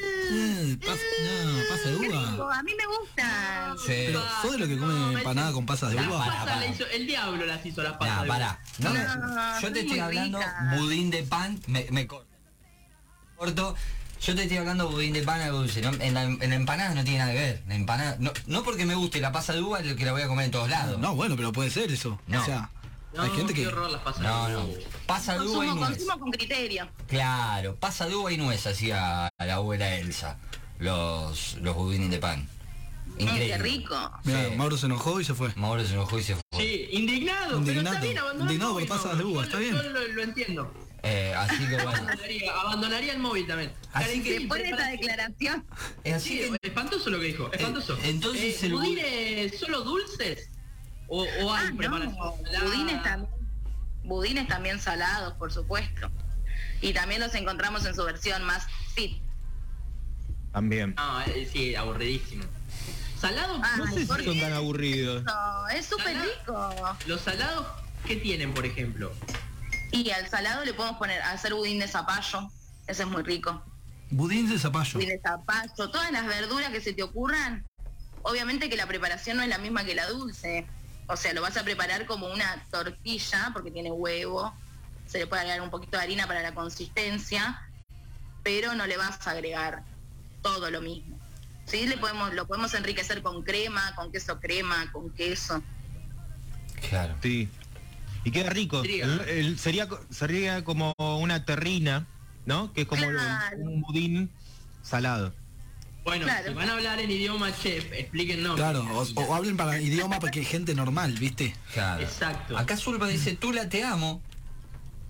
Speaker 2: Mm, pas- no, pasa de
Speaker 3: Qué
Speaker 2: uva.
Speaker 3: rico, a mí me gustan.
Speaker 1: Sí.
Speaker 2: Pero, ¿sos de lo que come empanada con pasas de
Speaker 1: Ah,
Speaker 2: uva?
Speaker 1: pará,
Speaker 4: Pasa
Speaker 1: pará.
Speaker 4: la hizo- el diablo las hizo las pasas.
Speaker 1: Nah,
Speaker 4: de-
Speaker 1: pará. No, no, yo te
Speaker 3: No, son
Speaker 1: estoy
Speaker 3: muy
Speaker 1: hablando
Speaker 3: ricas.
Speaker 1: budín de pan, me, me cor- corto. Yo te estoy hablando budín de pan algo dulce. no, en, la, en la empanada no tiene nada que ver. La empanada, no, no porque me guste la pasa de uva es lo que la voy a comer en todos lados.
Speaker 2: No, bueno, pero puede ser eso.
Speaker 1: No.
Speaker 2: O sea,
Speaker 4: No,
Speaker 2: hay gente
Speaker 4: qué
Speaker 2: que...
Speaker 4: horror las pasas.
Speaker 1: no.
Speaker 4: de
Speaker 1: no.
Speaker 4: uva.
Speaker 1: Pasa de uva y
Speaker 3: Consumo,
Speaker 1: nuez.
Speaker 3: consumo con criterio.
Speaker 1: Claro, pasa de uva y nuez hacía a la abuela Elsa. Los, los budines de pan.
Speaker 3: Mm,
Speaker 1: Increíble.
Speaker 3: qué rico.
Speaker 2: Mira,
Speaker 1: Sí.
Speaker 2: Mauro se enojó y se fue.
Speaker 1: Mauro se enojó y se fue.
Speaker 4: Sí, indignado, pero
Speaker 2: Indignado.
Speaker 4: está bien abandonar
Speaker 2: Indignado
Speaker 4: el móvil,
Speaker 2: por pasas de
Speaker 4: Mauro.
Speaker 2: uva,
Speaker 4: Yo
Speaker 2: está
Speaker 4: lo-
Speaker 2: bien.
Speaker 4: Yo lo, lo entiendo.
Speaker 1: Eh, así que bueno.
Speaker 4: Abandonaría, abandonaría el móvil también.
Speaker 2: Ah,
Speaker 1: Así
Speaker 4: Karencita,
Speaker 3: Después de esta
Speaker 4: prepara-
Speaker 3: declaración,
Speaker 1: Es así
Speaker 4: Sí,
Speaker 1: que
Speaker 4: espantoso lo que dijo, espantoso.
Speaker 1: Eh, entonces el bu-
Speaker 4: ¿Budines solo dulces? ¿O, o hay
Speaker 3: ah, no,
Speaker 4: preparación? salada?
Speaker 3: budines también, budines también salados, por supuesto. Y también los encontramos en su versión más fit.
Speaker 5: También.
Speaker 4: No, eh, sí, aburridísimo. Salado,
Speaker 3: Ah,
Speaker 5: No sé si
Speaker 3: ¿por
Speaker 5: son
Speaker 3: qué?
Speaker 5: tan aburridos.
Speaker 3: No, es súper rico.
Speaker 4: los salados, ¿qué tienen, por ejemplo?
Speaker 3: Y al salado le podemos poner, hacer budín de zapallo. Ese es muy rico.
Speaker 2: Budín de zapallo.
Speaker 3: Budín de zapallo, todas las verduras que se te ocurran. Obviamente que la preparación no es la misma que la dulce. O sea, lo vas a preparar como una tortilla, porque tiene huevo. Se le puede agregar un poquito de harina para la consistencia, pero no le vas a agregar todo lo mismo. Sí, le podemos, lo podemos enriquecer con crema, con queso crema, con queso.
Speaker 1: Claro.
Speaker 5: Sí. Y queda rico.
Speaker 4: Sería.
Speaker 5: El- el- sería, co- sería como una terrina, ¿no? Que es como lo-
Speaker 3: Claro.
Speaker 5: un budín salado.
Speaker 4: Bueno,
Speaker 3: Claro.
Speaker 4: si van a hablar en idioma chef, explíquenos.
Speaker 2: Claro, o, o hablen para idioma porque hay gente normal, ¿viste?
Speaker 1: Claro.
Speaker 4: Exacto.
Speaker 1: Acá Zulpa
Speaker 4: Mm.
Speaker 1: dice, Tula te amo.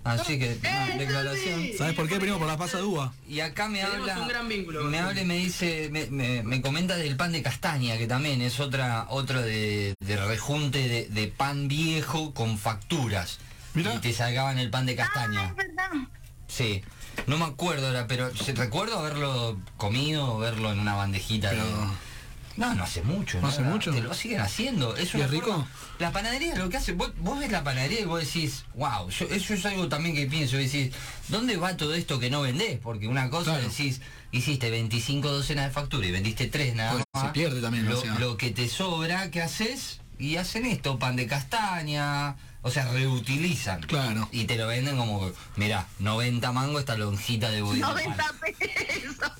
Speaker 1: Así que una
Speaker 4: ¡Eh,
Speaker 1: declaración.
Speaker 4: Tuli!
Speaker 2: ¿Sabes por qué, primo? Por la pasa de uva.
Speaker 1: Y acá me
Speaker 4: Tenemos
Speaker 1: habla,
Speaker 4: un gran vínculo,
Speaker 1: me
Speaker 4: Martín.
Speaker 1: habla y me dice, me, me- me comenta del pan de castaña, que también es otra, otro de, de rejunte de, de pan viejo con facturas.
Speaker 2: Mirá.
Speaker 1: Y te sacaban el pan de
Speaker 3: Ah,
Speaker 1: castaña.
Speaker 3: es verdad.
Speaker 1: Sí. No me acuerdo ahora, pero se- recuerdo haberlo comido, verlo en una bandejita
Speaker 2: Pero-
Speaker 1: de- No, no hace mucho.
Speaker 2: ¿No hace
Speaker 1: nada.
Speaker 2: mucho?
Speaker 1: Te lo siguen haciendo. Es
Speaker 2: ¿Y
Speaker 1: una
Speaker 2: es rico?
Speaker 1: forma- La panadería lo que hace, vos, vos ves la panadería y vos decís, wow, yo- eso es algo también que pienso, decís, ¿dónde va todo esto que no vendés? Porque una cosa
Speaker 2: Claro.
Speaker 1: decís, hiciste 25 docenas de factura y vendiste 3 nada
Speaker 2: Pues,
Speaker 1: más.
Speaker 2: se pierde también,
Speaker 1: Lo,
Speaker 2: o sea.
Speaker 1: lo que te sobra, ¿qué haces? Y hacen esto, pan de castaña, o sea, reutilizan.
Speaker 2: Claro.
Speaker 1: Y te lo venden como, mirá, 90 mango esta lonjita de budín. de pan".
Speaker 3: 90 pesos.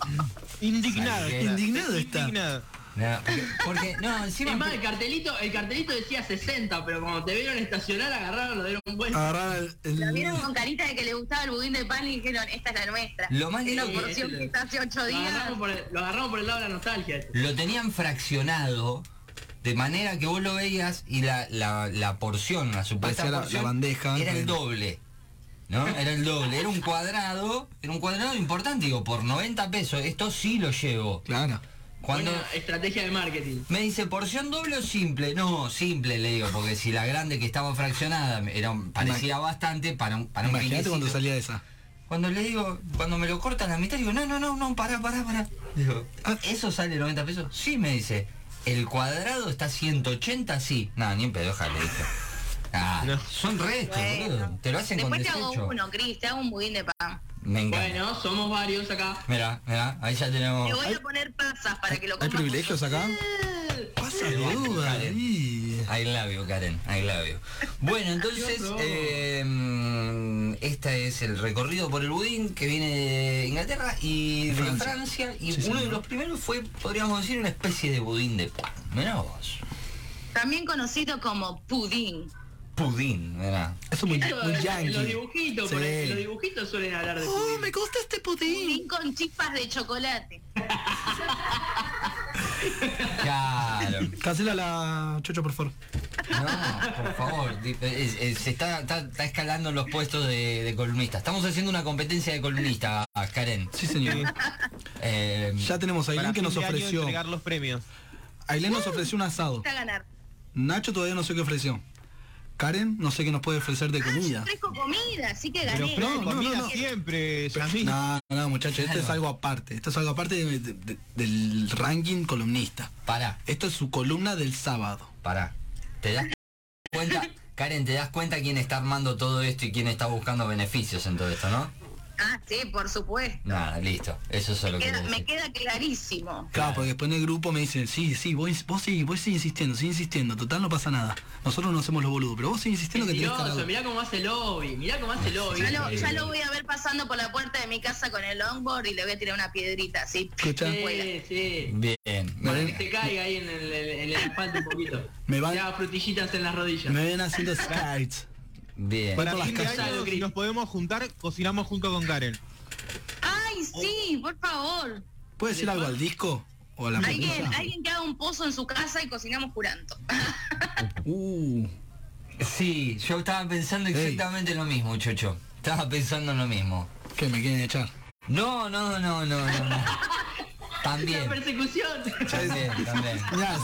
Speaker 5: Indignado.
Speaker 1: Salguera.
Speaker 2: Indignado está.
Speaker 5: Indignado.
Speaker 1: No, porque, porque- no, encima...
Speaker 4: Es más, el cartelito, el cartelito decía 60, pero cuando te vieron estacionar, agarraron, lo dieron un buen...
Speaker 1: Ah.
Speaker 2: Agarrar el...
Speaker 3: La
Speaker 2: el-
Speaker 3: vieron con carita de que le gustaba el budín de pan y dijeron, esta es la nuestra.
Speaker 1: Lo más
Speaker 3: Es la
Speaker 1: lindo-
Speaker 3: porción que está hace ocho
Speaker 4: lo,
Speaker 3: días.
Speaker 4: agarramos por el, lo agarramos por el lado de la nostalgia. este.
Speaker 1: lo tenían fraccionado de manera que vos lo veías y la, la, la porción, la supuesta
Speaker 2: Parecía la-
Speaker 1: porción,
Speaker 2: la bandeja,
Speaker 1: era el
Speaker 2: pero-
Speaker 1: doble. ¿No? Era el doble, era un cuadrado, era un cuadrado importante, digo, por 90 pesos, esto sí lo llevo.
Speaker 2: Claro.
Speaker 1: Cuando
Speaker 4: Buena estrategia de marketing.
Speaker 1: me dice, ¿porción doble o simple? No, simple le digo, porque si la grande que estaba fraccionada era, parecía bastante para un, para un
Speaker 2: Imagínate cuando
Speaker 1: quinquecito.
Speaker 2: salía esa.
Speaker 1: Cuando le digo, cuando me lo cortan a la mitad, digo, no, no, no, no, pará, pará, pará. Digo, "Ah, ¿eso sale 90 pesos? Sí, me dice. ¿El cuadrado está 180? Sí. No, ni en pedo, ojalá, le dije. Ah,
Speaker 5: No.
Speaker 1: Son restos,
Speaker 7: Bueno.
Speaker 1: boludo. Te lo hacen
Speaker 3: Después
Speaker 1: con
Speaker 3: te hago
Speaker 1: desecho.
Speaker 3: uno, Cris, te hago un budín de pan.
Speaker 1: Me encanta.
Speaker 4: Bueno, somos varios acá.
Speaker 1: Mirá, mirá, ahí ya
Speaker 3: Te
Speaker 1: tenemos.
Speaker 3: voy a poner pasas para que lo
Speaker 2: ¿Hay
Speaker 3: comas.
Speaker 2: privilegios acá?
Speaker 3: Ah.
Speaker 2: Pasa de duda, ahí.
Speaker 5: eh.
Speaker 1: I love you, Karen, I love you. Bueno, entonces, eh, este es el recorrido por el budín que viene de Inglaterra y de
Speaker 2: Francia.
Speaker 1: Francia. Y
Speaker 2: Sí,
Speaker 1: uno de
Speaker 2: señor.
Speaker 1: los primeros fue, podríamos decir, una especie de budín de pan. Mirá vos.
Speaker 3: También conocido como pudín.
Speaker 1: Pudín, mirá.
Speaker 2: Eso es muy,
Speaker 4: Eso
Speaker 2: muy
Speaker 4: es en los
Speaker 2: yankee.
Speaker 4: dibujitos,
Speaker 2: Sí.
Speaker 4: por ahí, los dibujitos suelen hablar de
Speaker 2: Oh,
Speaker 4: pudín.
Speaker 2: me gusta este pudín.
Speaker 3: Pudín con chispas de chocolate.
Speaker 1: Claro.
Speaker 2: Cancela la chocho, por favor.
Speaker 1: No, por favor. di- es- es- se está, está- está escalando los puestos de, de columnistas. Estamos haciendo una competencia de columnistas, Karen.
Speaker 2: Sí, señor.
Speaker 1: Eh,
Speaker 2: Ya tenemos a
Speaker 5: Para
Speaker 2: Ailén que
Speaker 5: fin
Speaker 2: nos
Speaker 5: de año
Speaker 2: ofreció.
Speaker 5: entregar los premios.
Speaker 2: Ailén nos ofreció un asado.
Speaker 3: Está a ganar.
Speaker 2: Nacho todavía no sé qué ofreció. Karen, no sé qué nos puede ofrecer de
Speaker 3: Ah, yo
Speaker 2: comida.
Speaker 3: ofrezco comida, así que
Speaker 5: Pero
Speaker 3: gané.
Speaker 5: no,
Speaker 2: no,
Speaker 5: comida
Speaker 2: no, no.
Speaker 5: siempre, Yasmín.
Speaker 2: No, no, muchachos, esto
Speaker 1: Claro.
Speaker 2: es algo aparte. Esto es algo aparte de- de- de- del ranking columnista.
Speaker 1: pará.
Speaker 2: Esto es su columna del sábado.
Speaker 1: Pará. ¿Te das cuenta? Karen, ¿te das cuenta quién está armando todo esto y quién está buscando beneficios en todo esto, no?
Speaker 3: Ah, sí, por supuesto.
Speaker 1: Nada, listo. Eso es lo que
Speaker 3: Queda-
Speaker 1: quería
Speaker 3: me
Speaker 1: decir.
Speaker 3: queda clarísimo.
Speaker 2: Claro, porque después en el grupo me dicen, sí, sí, vos, vos sí, vos sí insistiendo, sí insistiendo, total no pasa nada. Nosotros no hacemos los boludos, pero vos sí insistiendo que tenés
Speaker 4: Mentiroso,
Speaker 2: tarado.
Speaker 4: mirá cómo hace lobby, mirá cómo hace lobby.
Speaker 3: Ya lo, ya lo voy a ver pasando por la puerta de mi casa con el longboard y le voy a tirar una piedrita así.
Speaker 2: Escucha.
Speaker 3: Vuela.
Speaker 4: Sí, sí.
Speaker 2: Mm,
Speaker 1: Bien.
Speaker 4: Para
Speaker 1: bien.
Speaker 4: que se caiga ahí en el, en el asfalto un poquito.
Speaker 2: Me van-
Speaker 4: Te haga frutillitas en las rodillas.
Speaker 2: Me ven haciendo skites.
Speaker 1: Bien.
Speaker 2: Bueno,
Speaker 5: Para
Speaker 2: las
Speaker 5: fin de
Speaker 4: casas.
Speaker 5: año, si nos podemos juntar, cocinamos junto con Karen.
Speaker 3: Ay, sí, por favor.
Speaker 2: ¿Puedes decir algo al disco? ¿O a la
Speaker 3: Alguien,
Speaker 2: melodía?
Speaker 3: alguien que haga un pozo en su casa y cocinamos juranto.
Speaker 2: Uh,
Speaker 1: Sí, yo estaba pensando exactamente lo mismo, Chocho. Estaba pensando lo mismo.
Speaker 2: que me quieren echar.
Speaker 1: No, no, no, no, no. no.
Speaker 4: La
Speaker 1: También.
Speaker 4: persecución.
Speaker 1: También, también.
Speaker 2: Mirá,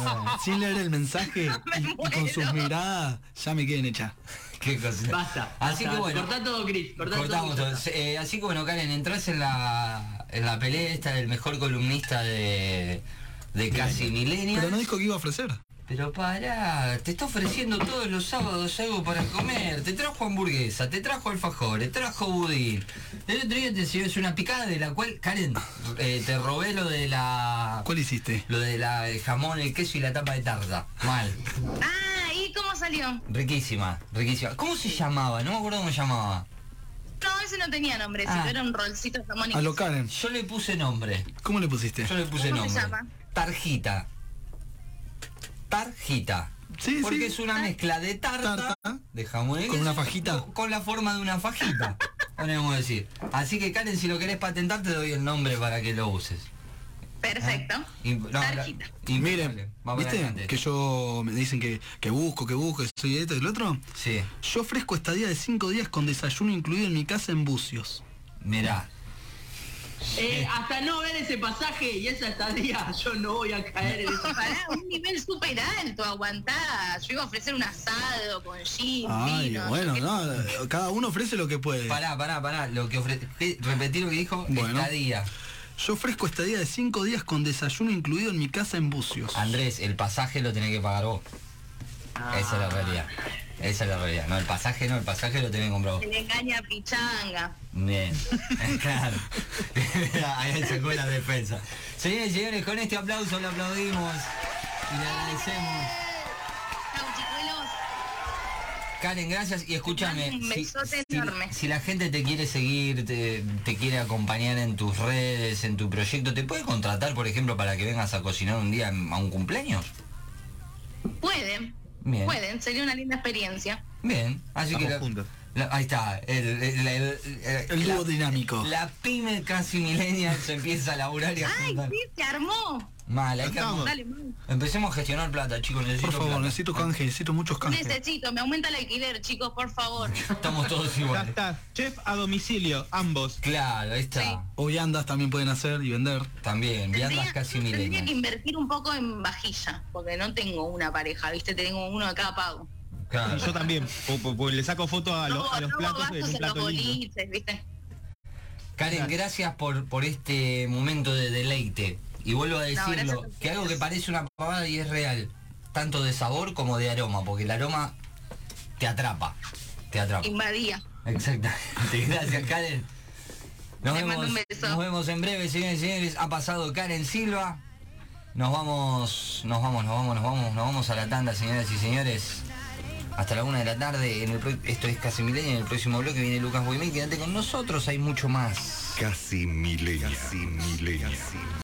Speaker 2: sin leer el mensaje
Speaker 3: Me
Speaker 2: y, y con
Speaker 3: muero.
Speaker 2: sus miradas ya me quieren echar.
Speaker 1: Qué cosa.
Speaker 4: Basta.
Speaker 1: Así
Speaker 4: basta.
Speaker 1: que bueno.
Speaker 4: Cortá todo, Chris. Cortá
Speaker 1: Cortamos
Speaker 4: todo.
Speaker 1: todo. Eh, así que bueno, Karen, entras en la, en la pelea esta del mejor columnista de, de casi milenio.
Speaker 2: Pero no dijo que iba a ofrecer.
Speaker 1: Pero pará, te está ofreciendo todos los sábados algo para comer. Te trajo hamburguesa, te trajo alfajores, te trajo budín. El otro día te sirvió una picada de la cual, Karen, eh, te robé lo de la...
Speaker 2: ¿Cuál hiciste?
Speaker 1: Lo de la el jamón, el queso y la tapa de tarta. Mal.
Speaker 3: Ah, ¿y cómo salió?
Speaker 1: Riquísima, riquísima. ¿Cómo se llamaba? No me acuerdo cómo se llamaba.
Speaker 3: No, ese no tenía nombre, sino
Speaker 1: Ah.
Speaker 3: era un rolcito de jamón y
Speaker 2: A lo
Speaker 3: queso.
Speaker 2: Karen.
Speaker 1: Yo le puse nombre.
Speaker 2: ¿Cómo le pusiste?
Speaker 1: Yo le puse
Speaker 3: ¿Cómo
Speaker 1: nombre.
Speaker 3: se llama?
Speaker 1: Tarjita. Tarjita.
Speaker 2: Sí,
Speaker 1: Porque
Speaker 2: sí.
Speaker 1: es una mezcla de tarta,
Speaker 2: Tarta.
Speaker 1: de jamón y
Speaker 2: Con una
Speaker 1: queso,
Speaker 2: fajita.
Speaker 1: con- Con la forma de una fajita, podemos decir. Así que Karen, si lo querés patentar, te doy el nombre para que lo uses.
Speaker 3: Perfecto.
Speaker 2: Ah.
Speaker 1: Imp- no,
Speaker 3: Tarjita.
Speaker 1: la- impecable.
Speaker 2: Miren,
Speaker 1: Vamos adelante.
Speaker 2: ¿viste? Que yo me dicen que, que busco, que busco, que estoy esto y lo otro.
Speaker 1: Sí,
Speaker 2: Yo ofrezco estadía de 5 días con desayuno incluido en mi casa en Bucios.
Speaker 1: mirá.
Speaker 4: Eh, hasta no ver ese pasaje y esa estadía, yo no voy a caer en esa
Speaker 3: Pará, un nivel súper alto, aguantá. Yo iba a ofrecer un asado con gin,
Speaker 2: Ay,
Speaker 3: vino,
Speaker 2: bueno,
Speaker 3: yo qué-
Speaker 2: no, cada uno ofrece lo que puede.
Speaker 1: Pará, pará, pará. Lo que ofre... eh, Repetí lo que dijo
Speaker 2: Bueno.
Speaker 1: estadía.
Speaker 2: Yo ofrezco estadía de 5 días con desayuno incluido en mi casa en Bucios.
Speaker 1: Andrés, el pasaje lo tenés que pagar vos. Esa es la realidad. Esa es la realidad. No, el pasaje no, el pasaje lo tenés que comprar vos.
Speaker 3: Se le engaña a pichanga.
Speaker 1: Bien, claro. Ahí sacó la defensa. Señores y señores, con este aplauso le aplaudimos y le agradecemos.
Speaker 3: Chau, chicuelos.
Speaker 1: Karen, gracias y escúchame.
Speaker 3: Un
Speaker 1: si-
Speaker 3: besote
Speaker 1: si,
Speaker 3: enorme.
Speaker 1: si la gente te quiere seguir, te, te quiere acompañar en tus redes, en tu proyecto, ¿te puede contratar, por ejemplo, para que vengas a cocinar un día a un cumpleaños?
Speaker 3: Pueden,
Speaker 1: Bien.
Speaker 3: pueden, sería una linda experiencia.
Speaker 1: Bien, así
Speaker 5: Estamos
Speaker 1: que... la-
Speaker 5: juntos.
Speaker 1: la- ahí está, el, el- el- el-
Speaker 2: El
Speaker 1: la-
Speaker 2: dúo dinámico.
Speaker 1: La pyme casi milenial se empieza a laburar y a
Speaker 3: Ay,
Speaker 1: juntar.
Speaker 3: sí, se armó.
Speaker 1: Mal, hay que
Speaker 5: Estamos.
Speaker 3: Dale, man.
Speaker 1: Empecemos a gestionar plata, chicos. Necesito
Speaker 2: Por favor,
Speaker 1: plata.
Speaker 2: necesito canje, necesito muchos canjes.
Speaker 3: Necesito, me aumenta el alquiler, chicos, por favor.
Speaker 1: Estamos todos
Speaker 5: Ya
Speaker 1: iguales.
Speaker 5: está. Chef a domicilio, ambos.
Speaker 1: Claro, ahí está.
Speaker 3: Sí.
Speaker 2: O viandas también pueden hacer y vender.
Speaker 1: También, viandas
Speaker 3: Tendría,
Speaker 1: casi
Speaker 3: tendría que
Speaker 1: milenias.
Speaker 3: invertir un poco en vajilla, porque no tengo una pareja, ¿viste? Tengo uno de cada pago.
Speaker 1: Claro.
Speaker 5: Yo también. po- po- po- le saco foto a, lo-
Speaker 3: Robo-
Speaker 5: a los
Speaker 3: robo
Speaker 5: platos en
Speaker 3: vasos
Speaker 5: un
Speaker 3: en los
Speaker 5: plato lindo.
Speaker 3: boliches, ¿viste?
Speaker 1: Karen, gracias por, por este momento de deleite. Y vuelvo a
Speaker 3: gracias a
Speaker 1: decirlo,
Speaker 3: ustedes.
Speaker 1: que algo que parece una pavada y es real, tanto de sabor como de aroma, porque el aroma te atrapa. Te atrapa.
Speaker 3: Invadía.
Speaker 1: Exactamente. Gracias, Karen. Nos
Speaker 3: Les
Speaker 1: vemos,
Speaker 3: mando un beso.
Speaker 1: nos vemos en breve, señores y señores. Ha pasado Karen Silva. Nos vamos, nos vamos, nos vamos, nos vamos, nos vamos a la tanda, señoras y señores. Hasta la una de la tarde, en el pro- esto es Casi Milenio, en el próximo bloque viene Lucas Boimé, quédate con nosotros, hay mucho más.
Speaker 7: Casi milenio. Casi milenio.